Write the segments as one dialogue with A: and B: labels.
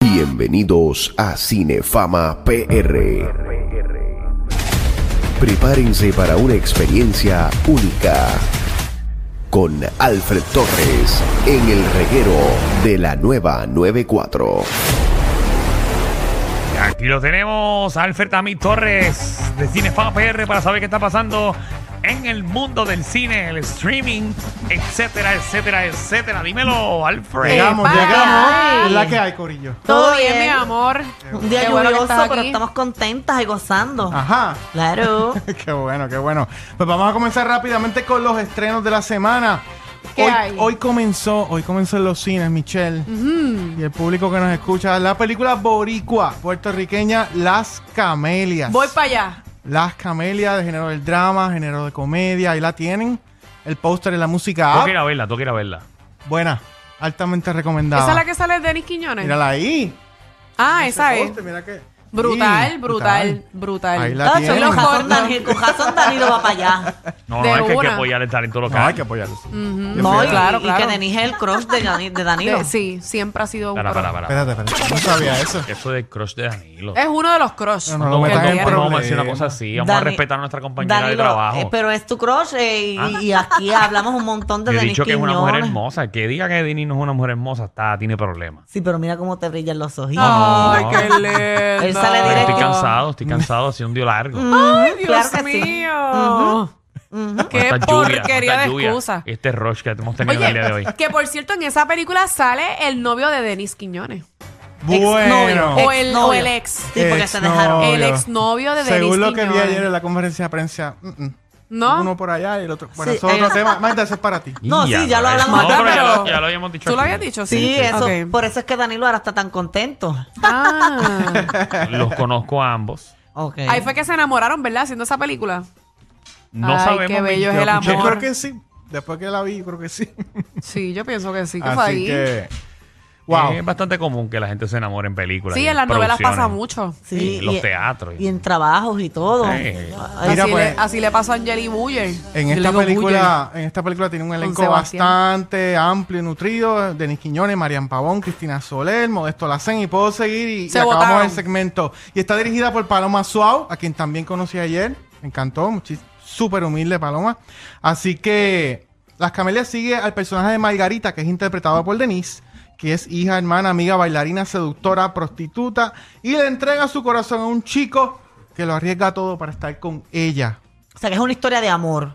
A: Bienvenidos a Cinefama PR. Prepárense para una experiencia única con Alfred Torres en el reguero de la nueva 94.
B: Aquí lo tenemos, Alfred Tamí Torres de Cinefama PR para saber qué está pasando en el mundo del cine, el streaming, etcétera, etcétera, etcétera. Dímelo, Alfred.
C: Llegamos,
D: Epa.
C: llegamos.
D: Ay.
C: Es la que hay, Corillo.
D: Todo
E: Todo
D: bien,
E: bien.
D: mi amor.
E: Un día
D: Qué bueno que
E: lluvioso,
D: estás
E: pero
D: aquí.
E: estamos contentas y gozando.
C: Ajá.
E: Claro.
C: qué bueno, qué bueno. Pues vamos a comenzar rápidamente con los estrenos de la semana.
D: ¿Qué
C: hoy,
D: hay?
C: hoy comenzó, hoy comenzó en los cines, Michelle. Y el público que nos escucha, la película boricua puertorriqueña Las Camelias.
D: Voy para allá.
C: Las Camelias, de género del drama, género de comedia, ahí la tienen. El póster y la música.
B: Tú
C: app.
B: quieres verla, tú quieres verla.
C: Buena, altamente recomendada.
D: Esa es la que sale de Denis Quiñones.
C: Mírala Este ahí.
D: Ah, esa es.
C: Póster, mira que-
D: Brutal,
C: Sí,
D: brutal, brutal.
C: Ahí la
E: Tacho,
C: tienen.
E: con
D: Los
E: razón,
D: cortan.
E: Dani- con razón Danilo va para allá.
B: No,
D: De
B: no, es que hay que
D: una.
B: apoyar el talento
C: No, hay
B: local.
C: que apoyarlos. Yo
E: No,
C: fui
E: y,
C: a-
D: Claro,
E: y
D: claro.
E: que Denise es el crush de, Dani- de Danilo.
D: De- sí, siempre ha sido un
B: Para, para,
D: crush.
B: para.
C: Espérate, espérate. No sabía eso.
B: Eso de crush de Danilo.
D: Es uno de los crush.
C: Eh, No, no,
B: No,
C: me
D: que
C: metan en
B: no, no, vamos
D: tiene.
B: a
C: problema.
B: decir una cosa así. Vamos a
E: Dani-
B: respetar a nuestra compañera de
E: Danilo,
B: trabajo. Ah.
E: eh, pero es tu crush eh, y, y aquí hablamos un montón de
B: Yo he
E: Denise
B: dicho que es una mujer
E: Quiñones.
B: hermosa. El Que diga que Dini no es una mujer hermosa, está, tiene problemas.
E: Sí, pero mira cómo te brillan los ojitos.
B: Ah,
D: Ay,
B: No, no.
D: qué lindo.
E: Él sale
B: Pero
E: directo.
B: Estoy cansado, estoy cansado, ha sido un día largo.
D: Ay, Dios
E: Claro que sí.
D: mío.
E: Ujú.
D: Qué
B: Esta lluvia,
D: porquería
B: esta
D: de
B: lluvia,
D: excusa.
B: Este rush que hemos tenido en el día de hoy.
D: Oye, que por cierto, en esa película sale el novio de Denis Quiñones.
C: Bueno. Eh,
D: O el, o el
E: Exnovio.
D: ex.
E: Sí, porque se dejaron.
C: Exnovio.
D: El exnovio de Denis
C: Según lo que vi
D: Quiñones.
C: ayer en la conferencia de prensa, mm, mm.
D: ¿No?
C: uno por allá y el otro. Bueno,
E: Sí,
C: eso es
E: eh.
C: otro tema. Magda, eso es para ti.
E: No,
B: Y
E: sí, ya lo
B: es-
E: hablamos
B: No,
E: acá,
B: pero ya
D: pero-
B: lo- ya lo habíamos dicho.
D: ¿Tú lo
B: aquí.
D: habías dicho?
E: Sí, eso,
D: Ok.
E: por eso es que Danilo ahora está tan contento.
D: Ah.
B: Los conozco a ambos.
E: Ok.
D: Ahí fue que se enamoraron, ¿verdad? Haciendo esa película.
B: No
D: Ay,
B: sabemos.
D: qué bello
B: Miguel.
D: es el amor.
C: Yo creo que sí. Después que la vi, yo creo que sí.
D: Sí, yo pienso que sí, que fue
C: Así
D: ahí.
C: que. Wow.
B: Es bastante común que la gente se enamore en películas.
D: sí,
B: y
D: en las novelas
B: producciones.
D: pasa mucho.
E: Sí,
B: y los teatros.
E: Y en trabajos y todo.
B: Sí.
E: Ay,
C: Mira,
D: así,
C: pues,
D: le, así le pasó a Angeli Buller.
C: En
D: Yo le
C: esta,
D: digo
C: película, en esta película tiene un elenco
D: Sebastián.
C: bastante amplio y nutrido. Denis Quiñones, Marian Pavón, Cristina Soler, Modesto Lacen y puedo seguir y, y
D: Se
C: acabamos
D: votaron.
C: el segmento. Y está dirigida por Paloma Suau, a quien también conocí ayer. Me encantó, muchis- súper humilde Paloma. Así que Las Camelias sigue al personaje de Margarita, que es interpretado por Denise, que es hija, hermana, amiga, bailarina, seductora, prostituta, y le entrega su corazón a un chico que lo arriesga todo para estar con ella.
E: O sea, que es una historia de amor.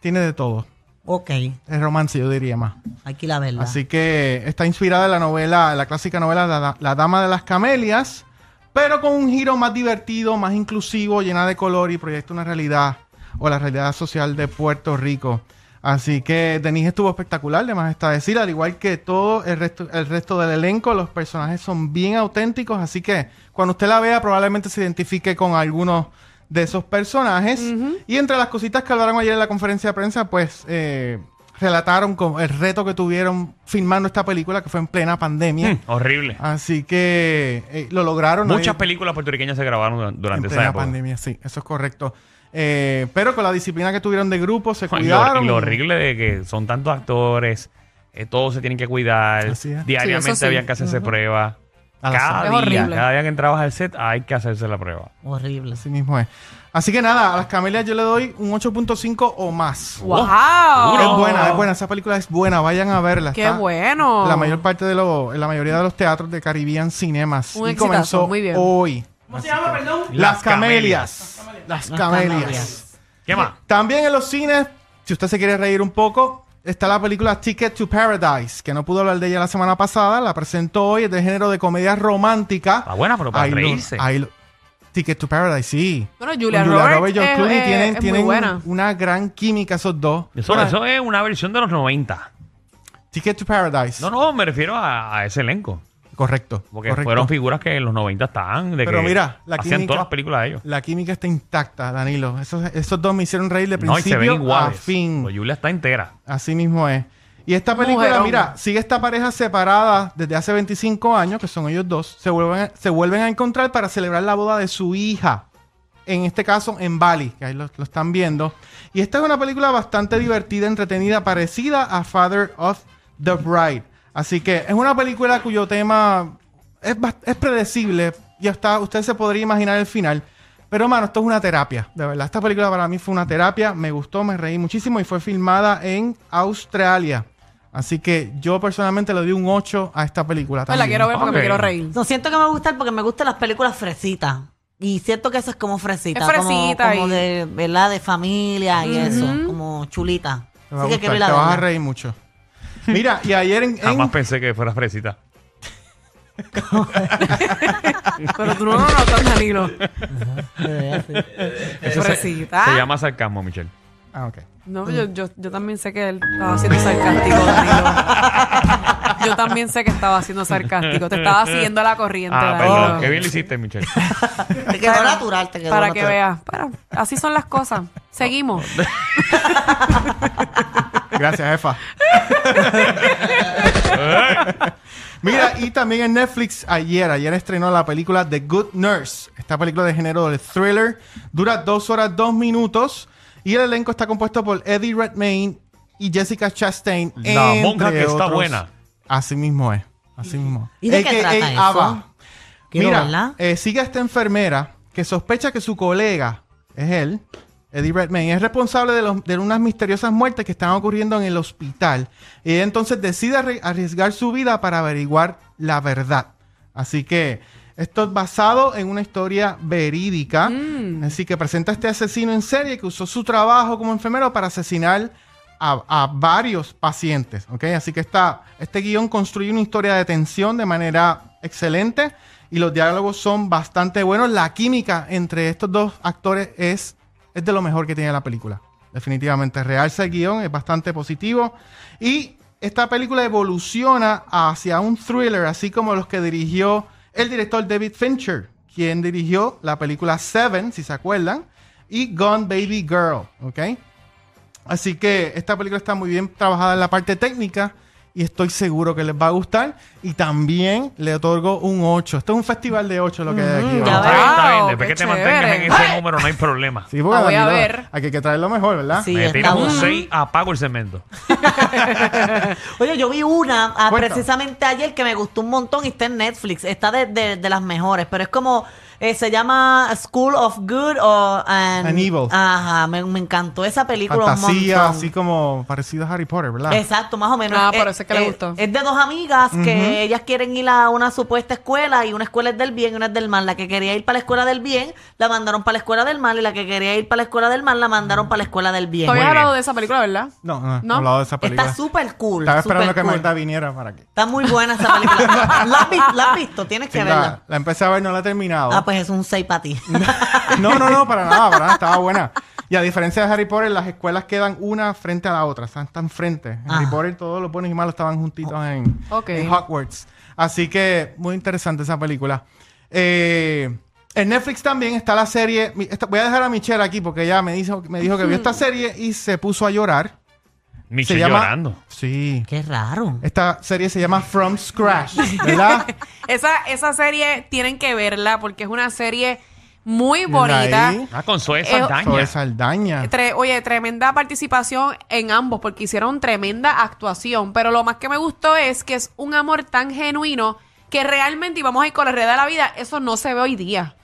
C: Tiene de todo.
E: Ok,
C: Es romance, yo diría más.
E: aquí la verdad.
C: Así que está inspirada en la novela, en la clásica novela La, La Dama de las Camelias, pero con un giro más divertido, más inclusivo, llena de color y proyecta una realidad o la realidad social de Puerto Rico. Así que Denise estuvo espectacular, además está decir, al igual que todo el resto, el resto del elenco, los personajes son bien auténticos, así que cuando usted la vea probablemente se identifique con algunos de esos personajes. Y entre las cositas que hablaron ayer en la conferencia de prensa, pues eh, relataron con el reto que tuvieron filmando esta película, que fue en plena pandemia.
B: Mm, Horrible.
C: Así que eh, lo lograron.
B: Hmm. Muchas
C: Nadie-
B: películas puertorriqueñas se grabaron dura- durante
C: en
B: esa
C: plena
B: época.
C: pandemia, sí, eso es correcto. Eh, pero con la disciplina que tuvieron de grupo, se
B: Y lo,
C: cuidaron.
B: y lo horrible de que son tantos actores, eh, todos se tienen que cuidar.
C: Así es.
B: Diariamente
D: Sí, eso sí.
B: habían que hacerse pruebas.
C: A la
B: Cada
D: sal.
B: día,
D: Es horrible.
B: cada día que entrabas al set hay que hacerse la prueba.
E: Horrible.
C: Así mismo es. Así que nada, a las camelias yo le doy un 8.5 o más.
D: ¡Wow!
C: oh, Es buena, es buena. Esa película es buena. Vayan a verla.
D: ¡Qué
C: está
D: bueno!
C: La mayor parte de los, en la mayoría de los teatros de Caribbean Cinemas.
D: Un
C: y
D: exitazo,
C: comenzó
D: muy bien.
C: hoy. ¿Cómo se llama, perdón? Las
B: Las Camelias.
C: Camelias. Las
E: Las
C: Camelias.
E: Camelias.
B: ¿Qué más?
C: También en los cines, si usted se quiere reír un poco, está la película Ticket to Paradise, que no pude hablar de ella la semana pasada, la presentó hoy, es de género de comedia romántica.
B: Está buena, Ah, pero para
C: Ahí lo-
B: reírse.
C: ahí lo- Ticket to Paradise, sí.
D: Bueno, Julia,
C: Con
D: Roberts
C: Roberts y George
D: es-
C: Clooney
D: es-
C: tienen,
D: es
C: tienen
D: muy buena.
C: una gran química esos dos.
B: Eso,
C: Bueno,
B: eso es una versión de los 90.
C: Ticket to Paradise.
B: No, no, me refiero a, a ese elenco.
C: Correcto.
B: Porque
C: correcto.
B: fueron figuras que en los 90 estaban. De
C: Pero
B: que
C: mira, la
B: hacían
C: química-
B: todas las películas de ellos.
C: La química está intacta, Danilo. Esos, esos dos me hicieron reír de
B: No, y se ven
C: principio a
B: iguales.
C: fin.
B: Pues Julia está entera.
C: Así mismo es. Y esta película,
D: Mujerón.
C: mira, sigue esta pareja separada desde hace 25 años, que son ellos dos, se vuelven, a- se vuelven a encontrar para celebrar la boda de su hija. En este caso, en Bali, que ahí lo, lo están viendo. Y esta es una película bastante divertida, entretenida, parecida a Father of the Bride. Así que es una película cuyo tema es, bas- es predecible. Ya está, usted se podría imaginar el final. Pero, mano, esto es una terapia. De verdad, esta película para mí fue una terapia. Me gustó, me reí muchísimo y fue filmada en Australia. Así que yo personalmente le doy un 8 a esta película.
D: Pues la
C: también.
D: quiero ver porque
B: Ok.
D: me quiero reír.
E: No siento que me gustan porque me gustan las películas fresitas. Y siento que eso es como fresita.
D: Es fresita
E: Como, como
D: y-
E: de, ¿verdad? De familia y eso. Como chulita.
C: Te va a
E: Así que
C: gustar,
E: quiero
C: te
E: ir a
C: vas a
E: verla.
C: reír mucho. Mira, y ayer en, en-
B: Jamás pensé que fuera fresita.
D: Pero tú no lo notas, Danilo.
B: Eso se,
D: Fresita.
B: se llama sarcasmo, Michelle.
C: Ah, ok.
D: No, yo, yo, yo también sé que él estaba siendo sarcástico, Danilo. Yo también sé que estaba siendo sarcástico. Te estaba siguiendo la corriente,
B: Ah,
D: Danilo.
B: perdón. Qué bien lo hiciste, Michelle.
E: Te quedó natural, te quedó
D: Para que
E: natural.
D: veas. Para- así son las cosas. Seguimos.
C: Gracias, jefa. Mira, y también en Netflix ayer, ayer estrenó la película The Good Nurse. Esta película de género de thriller dura dos horas, dos minutos. Y el elenco está compuesto por Eddie Redmayne y Jessica Chastain.
B: La monja que está buena.
C: Así mismo es. Así mismo.
E: ¿Y de qué trata eso? Quiero
C: Mira,
E: verla.
C: eh, sigue a esta enfermera que sospecha que su colega, es él, Eddie Redmayne, es responsable de, los- de unas misteriosas muertes que están ocurriendo en el hospital. Y ella entonces decide arri- arriesgar su vida para averiguar la verdad. Así que esto es basado en una historia verídica.
E: Mm.
C: Así que presenta a este asesino en serie que usó su trabajo como enfermero para asesinar a, a varios pacientes. ¿ok? Así que esta, este guión construye una historia de tensión de manera excelente y los diálogos son bastante buenos. La química entre estos dos actores es, es de lo mejor que tiene la película. Definitivamente, realza el guión, es bastante positivo. Y esta película evoluciona hacia un thriller, así como los que dirigió el director David Fincher, quien dirigió la película Seven, si se acuerdan, y Gone Baby Girl, ¿ok? Así que esta película está muy bien trabajada en la parte técnica y estoy seguro que les va a gustar. Y también le otorgo un 8. Esto es un festival de 8 lo que hay aquí.
E: ya
C: ¿verdad?
B: Está bien, está bien.
D: Wow,
B: Después
D: qué
B: que te mantengas en
D: chévere.
B: ese número, no hay problema.
C: Sí,
E: Ah,
C: porque
D: La voy a
C: Danilo,
D: ver.
C: Aquí hay que traer lo mejor, ¿verdad?
E: Sí,
B: Me
E: está
B: tiras un
E: buena.
B: 6, apago el cemento.
E: Oye, yo vi una ah,
C: Cuenta.
E: precisamente ayer que me gustó un montón y está en Netflix. Está de, de- de las mejores, pero es como. eh, se llama School of Good o and,
C: And Evil.
E: Ajá, me, me encantó esa película. un
C: Fantasía,
E: montón.
C: así como parecido a Harry Potter, ¿verdad?
E: Exacto, más o menos.
D: Ah,
E: Eh,
D: por eso es que le
E: eh,
D: gustó.
E: Es de dos amigas que ellas quieren ir a una supuesta escuela y una escuela es del bien y una es del mal. La que quería ir para la escuela del bien la mandaron para la escuela del mal y la que quería ir para la escuela del mal la mandaron para la escuela del bien.
D: Todavía has
B: bien.
D: hablado de esa película, ¿verdad?
C: No, no, no, he
D: ¿No?
C: hablado de esa película.
E: Está súper cool.
C: Estaba
E: súper
C: esperando que
E: cool.
C: Magda viniera para que.
E: Está muy buena esa película. ¿La has, vi- la has visto? Tienes que
C: Sí, la,
E: verla.
C: la empecé a ver, no la he terminado.
E: Ah, pues es un 6 para ti.
C: No, no, no, para nada, para nada, estaba buena. Y a diferencia de Harry Potter, las escuelas quedan una frente a la otra, están, están frente. En Harry
E: Ajá.
C: Potter todos los buenos y malos estaban juntitos en,
D: Ah. Oh, Ok.
C: en Hogwarts. Así que muy interesante esa película. Eh, en Netflix también está la serie. mi- esta- voy a dejar a Michelle aquí porque ella me dijo, me dijo que vio esta serie y se puso a llorar.
B: Michelle
C: se llama,
B: llorando.
C: Sí.
E: Qué raro.
C: Esta serie se llama From Scratch, ¿verdad?
D: Esa, esa serie tienen que verla porque es una serie muy
C: Mira
D: bonita.
C: ahí.
B: Ah, con Zoe
D: Eh,
C: Sobre
B: Saldaña.
C: Saldaña.
D: Tre- oye, tremenda participación en ambos porque hicieron tremenda actuación, pero lo más que me gustó es que es un amor tan genuino que realmente, y vamos a ir con la realidad de la vida, eso no se ve hoy día.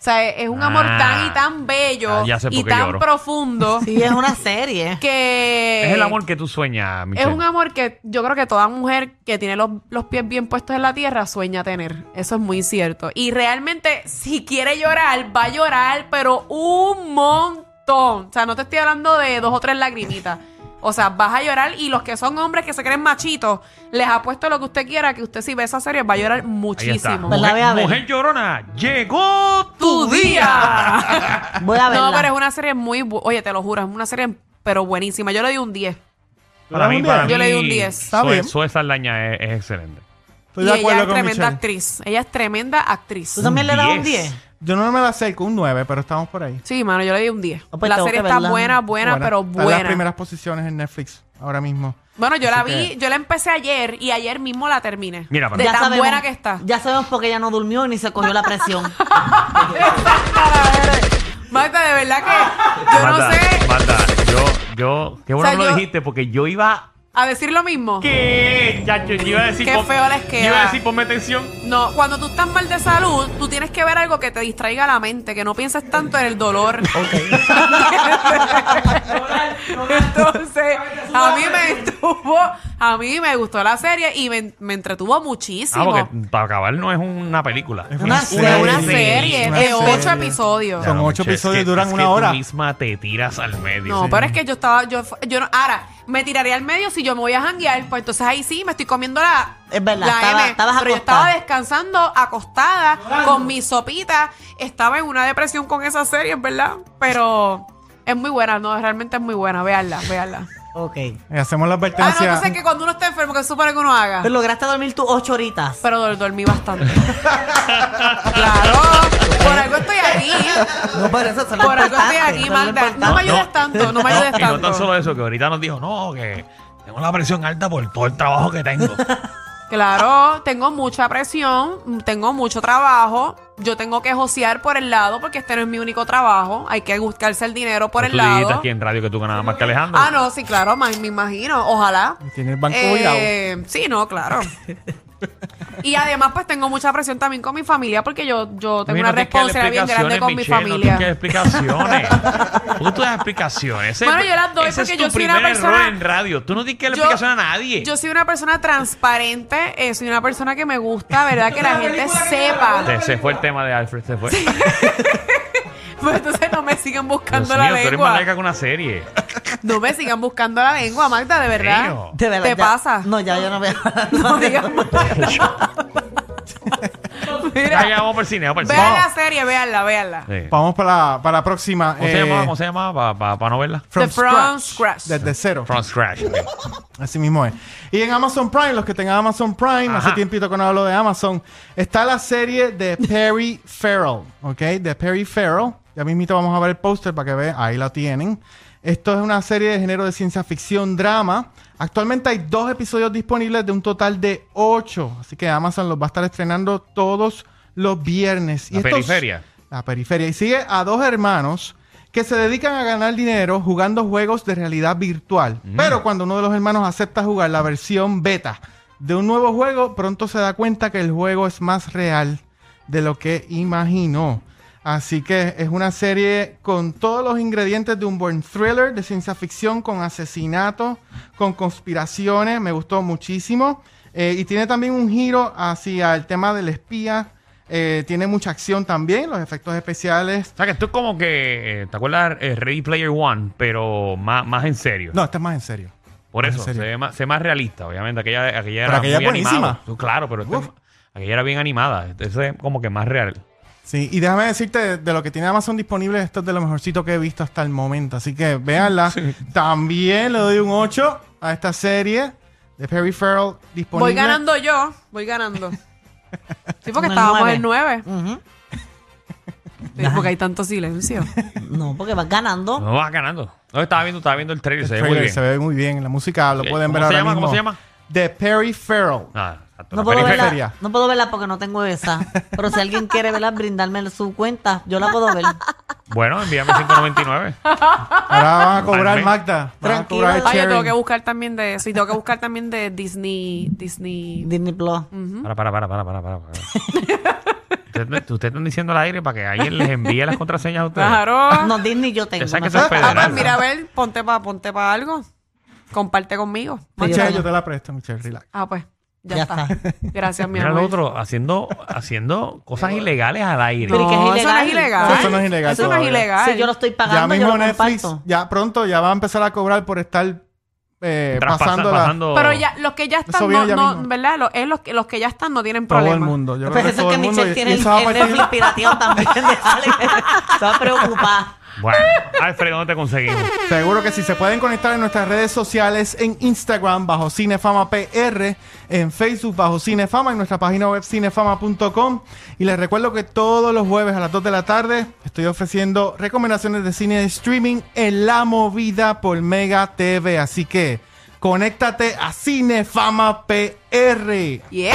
D: O sea, es es un amor
B: Ah.
D: tan y tan bello
B: Ah, ya sé por
D: y
B: qué
D: tan
B: lloro.
D: profundo
E: Sí, es una serie.
D: que...
B: Es el amor que tú sueñas,
D: eh, Es
B: Michelle.
D: un amor que yo creo que toda mujer que tiene los, los pies bien puestos en la tierra sueña tener. Eso es muy cierto. Y realmente, si quiere llorar, va a llorar, pero un montón. O sea, no te estoy hablando de dos o tres lagrimitas. O sea, vas a llorar y los que son hombres que se creen machitos, les apuesto lo que usted quiera, que usted si ve esa serie va a llorar
B: Ahí está.
D: muchísimo.
E: Pues la voy a
B: Mujer,
E: ver.
B: mujer llorona, llegó tu día.
D: día!
E: Voy a verla.
D: no, pero es una serie muy... bu- Oye, te lo juro, es una serie pero buenísima. Yo le di un 10.
B: Para mí, para
D: Yo le
B: mí,
D: di un 10.
C: Está
B: Zoe-
C: bien.
B: Zoe Saldaña es, es excelente.
C: ¿Tú Estoy
D: y
C: de
D: ella
C: acuerdo
D: es
C: con
D: tremenda
C: Michelle.
D: actriz. Ella es tremenda actriz.
E: ¿Tú también le das un
B: 10.
E: 10?
C: Yo no me la acerco, un 9, pero estamos por ahí.
D: Sí, mano, yo le di un 10.
E: Ah, pues
D: la
E: tengo
D: serie
E: que
D: está
E: verla.
D: buena, buena, pero
C: Está en las
D: buena.
C: primeras posiciones en Netflix ahora mismo.
D: Bueno, yo la
C: Así
D: vi,
C: que-
D: yo la empecé ayer y ayer mismo la terminé.
B: Mira, pero-
D: de tan buena que está.
E: Ya sabemos por qué ella no durmió y ni se cogió la presión.
D: Marta, de verdad que yo no
B: Magda,
D: sé
B: Magda, yo, yo, qué bueno
D: O sea,
B: que lo
D: yo-
B: dijiste porque yo iba.
D: a decir lo mismo.
B: ¿Qué? Chacho, yo iba a decir.
D: Qué
B: pon-
D: feo les queda.
B: Yo iba a decir, ponme atención.
D: No, cuando tú estás mal de salud, tú tienes que ver algo que te distraiga la mente, que no pienses tanto en el dolor. Entonces, a mí me estuvo, a mí me gustó la serie y me, me entretuvo
B: Ah,
D: muchísimo.
B: porque para acabar no es una película.
C: Es
E: Una-
D: Fue una
B: Sí,
D: serie
C: una
D: de
C: serie.
D: ocho episodios.
C: Son
B: Ya,
C: ocho
B: Michelle, es
C: episodios,
B: que-
C: duran
B: es
C: una
B: que
C: hora.
B: Tú misma te tiras al medio.
D: No, pero es que yo estaba, yo, fu- yo no, ahora, me tiraría al medio si yo me voy a janguear, pues entonces ahí sí me estoy comiendo la,
E: Es verdad,
D: la
E: estaba-
D: M,
E: estabas
D: pero yo
E: acostada.
D: estaba descansando, acostada, con mi sopita, estaba en una depresión con esa serie, es verdad, pero es muy buena, no, realmente es muy buena, veanla, veanla.
E: ok.
C: Y Eh, hacemos la
D: Ah, no,
C: advertencia.
D: yo sé que cuando uno está enfermo, que se supone que uno haga,
E: Pero Pues lograste dormir tus ocho horitas.
D: pero dor- dormí bastante. claro, por algo estoy aquí.
C: Pues,
E: No, por eso son
D: Por algo estoy aquí, Magda. No me ayudes tanto, no me ayudes
B: Y no
D: tanto.
B: tan solo eso, que ahorita nos dijo, no, que tengo la presión alta por todo el trabajo que tengo.
D: Claro, tengo mucha presión, tengo mucho trabajo. Yo tengo que josear por el lado porque este no es mi único trabajo. Hay que buscarse el dinero por
B: Pues Tú
D: el
B: dijiste
D: lado.
B: aquí en radio que tú ganabas más que Alejandro.
D: Ah, no, sí, claro, ma- me imagino. Ojalá.
C: Tiene el banco
D: Eh, Sí, no, claro. y además, pues tengo mucha presión también con mi familia porque yo, yo tengo
B: Oye,
D: una
B: no tienes que darle
D: responsabilidad bien grande
B: explicaciones,
D: con mi
B: Michelle,
D: familia.
B: No tienes que dar explicaciones. ¿Por qué tú das explicaciones? Ese-
D: Bueno, yo las doy
B: ese es
D: porque
B: tu
D: yo soy una
B: primer
D: persona-
B: error en radio. Tú no tienes que darle
D: Yo-
B: explicación a nadie.
D: Yo soy una persona transparente, eh, soy una persona que me gusta, ¿verdad? Que la gente sepa.
B: Se- se fue el tema de Alfred, se fue. Dios
D: Pues entonces no me sigan buscando
B: mío,
D: la
B: tú eres
D: lengua.
B: más larga que una serie.
D: No me sigan buscando la lengua, Magda, de verdad.
B: serio?
E: De verdad,
D: ¿Te
E: ya-
D: pasa?
E: No, ya yo no veo.
D: No digan más.
B: Ya, ya,
D: Mira,
B: vamos por el cine, vamos por el
D: vean
B: cine.
D: la serie, véanla, véanla.
B: Sí.
C: Vamos para la, para la próxima.
B: ¿Cómo se
C: eh,
B: llamaba? ¿Cómo se llamaba? Para no verla.
D: The From Scratch.
C: Desde cero.
B: From scratch. ok.
C: Así mismo es. Y en Amazon Prime, los que tengan Amazon Prime,
B: Ajá.
C: hace tiempito que no hablo de Amazon, está la serie de Perry Farrell, ¿ok? De Perry Farrell. Ya mismito vamos a ver el póster para que vean. Ahí la tienen. Esto es una serie de género de ciencia ficción, drama. Actualmente hay dos episodios disponibles de un total de ocho. Así que Amazon los va a estar estrenando todos los viernes.
B: La periferia.
C: La periferia. Y sigue a dos hermanos que se dedican a ganar dinero jugando juegos de realidad virtual.
B: Mm.
C: Pero cuando uno de los hermanos acepta jugar la versión beta de un nuevo juego, pronto se da cuenta que el juego es más real de lo que imaginó. Así que es una serie con todos los ingredientes de un buen thriller de ciencia ficción, con asesinatos, con conspiraciones. Me gustó muchísimo. Eh, y tiene también un giro hacia el tema del espía. Eh, tiene mucha acción también, los efectos especiales.
B: O sea, que esto es como que, eh, ¿te acuerdas? Eh, Ready Player One, pero más, más en serio.
C: No, este es más en serio.
B: Por
C: en
B: eso, se
C: serio.
B: ve, más, se ve más realista, obviamente. Aquella, aquella
C: Pero
B: era
C: aquella
B: muy
C: es buenísima.
B: animada. Tú, Claro, pero este-
C: Uf.
B: aquella era bien animada. Eso es como que más real.
C: Sí, y déjame decirte, de, de lo que tiene Amazon disponible, esto es de lo mejorcito que he visto hasta el momento. Así que véanla. También le doy un 8 a esta serie de Perry Farrell disponible.
D: Voy ganando yo, voy ganando. Sí, porque
E: En el
D: estábamos
E: nueve.
D: en nueve.
E: Ujú.
D: Sí, porque hay tanto silencio. Ah,
E: No, porque vas ganando.
B: No vas ganando. No, estaba viendo, estaba viendo el trailer,
C: El
B: se ve
C: trailer
B: muy bien.
C: se ve muy bien, la música lo
B: Sí.
C: pueden
B: ¿Cómo
C: ver
B: se
C: ahora
B: llama?
C: mismo.
B: ¿Cómo se llama?
C: De Perry Farrell.
B: Ah, exacto,
E: No
B: la
E: puedo,
B: periferia.
E: verla, no puedo verla porque no tengo esa. Pero si alguien quiere verla, brindarme su cuenta, yo la puedo ver.
B: Bueno, envíame 599. Ah,
C: Ahora van a cobrar
B: Totalmente.
C: Magda. Van a
E: Tranquila.
C: cobrar
D: Ay, yo tengo
C: Cherry.
D: que buscar también de eso. Y tengo que buscar también de Disney. Disney.
E: Disney Plus.
B: Para, para, para, para, para, para. para. Ustedes me- Ustedes están diciendo al aire para que alguien les envíe las contraseñas a ustedes.
D: Claro.
E: No, Disney yo tengo.
B: Ya sabes que soy
E: no sé.
D: Ah,
B: federal.
D: pues mira, a ver, ponte para ponte pa algo. Comparte conmigo.
C: Michelle, yo te la presto, Michelle, relax.
D: Ah, pues. Ya,
E: Ya
D: está. Gracias, mi
B: Mira el
D: amor.
B: otro haciendo, haciendo cosas ilegales al aire.
E: Pero ¿y qué
D: No, eso no es ilegal.
C: Eso no es ilegal
D: Eso no es
C: todavía.
D: ilegal.
E: Si yo lo estoy
C: Ya
E: pagando, yo
C: mismo
E: lo
C: Netflix,
E: comparto.
C: ya pronto ya va a empezar a cobrar por estar eh,
B: Traspasa-
C: pasando la-
B: pasando-
D: Pero ya, los que ya están,
C: viene
D: no,
C: ya
D: no,
C: mismo.
D: ¿verdad? Los, es los, que- los que ya están no tienen
C: todo
D: problema.
C: el mundo. Yo
E: Pues
C: creo que
E: eso es
C: todo
E: que
C: el mundo.
E: Michelle
C: y-
E: tiene
C: y
E: el,
C: eso va a
E: el
C: partir-
E: Netflix pirateado también. de Alex. Se va a preocupar.
B: Bueno, Alfred, ¿dónde te conseguimos?
C: Seguro que si se pueden conectar en nuestras redes sociales, en Instagram bajo Cinefama PR, en Facebook bajo Cinefama, en nuestra página web cinefama.com. Y les recuerdo que todos los jueves a las 2 de la tarde estoy ofreciendo recomendaciones de cine de streaming en la movida por Mega TV. Así que conéctate a Cinefama PR.
D: Yeah.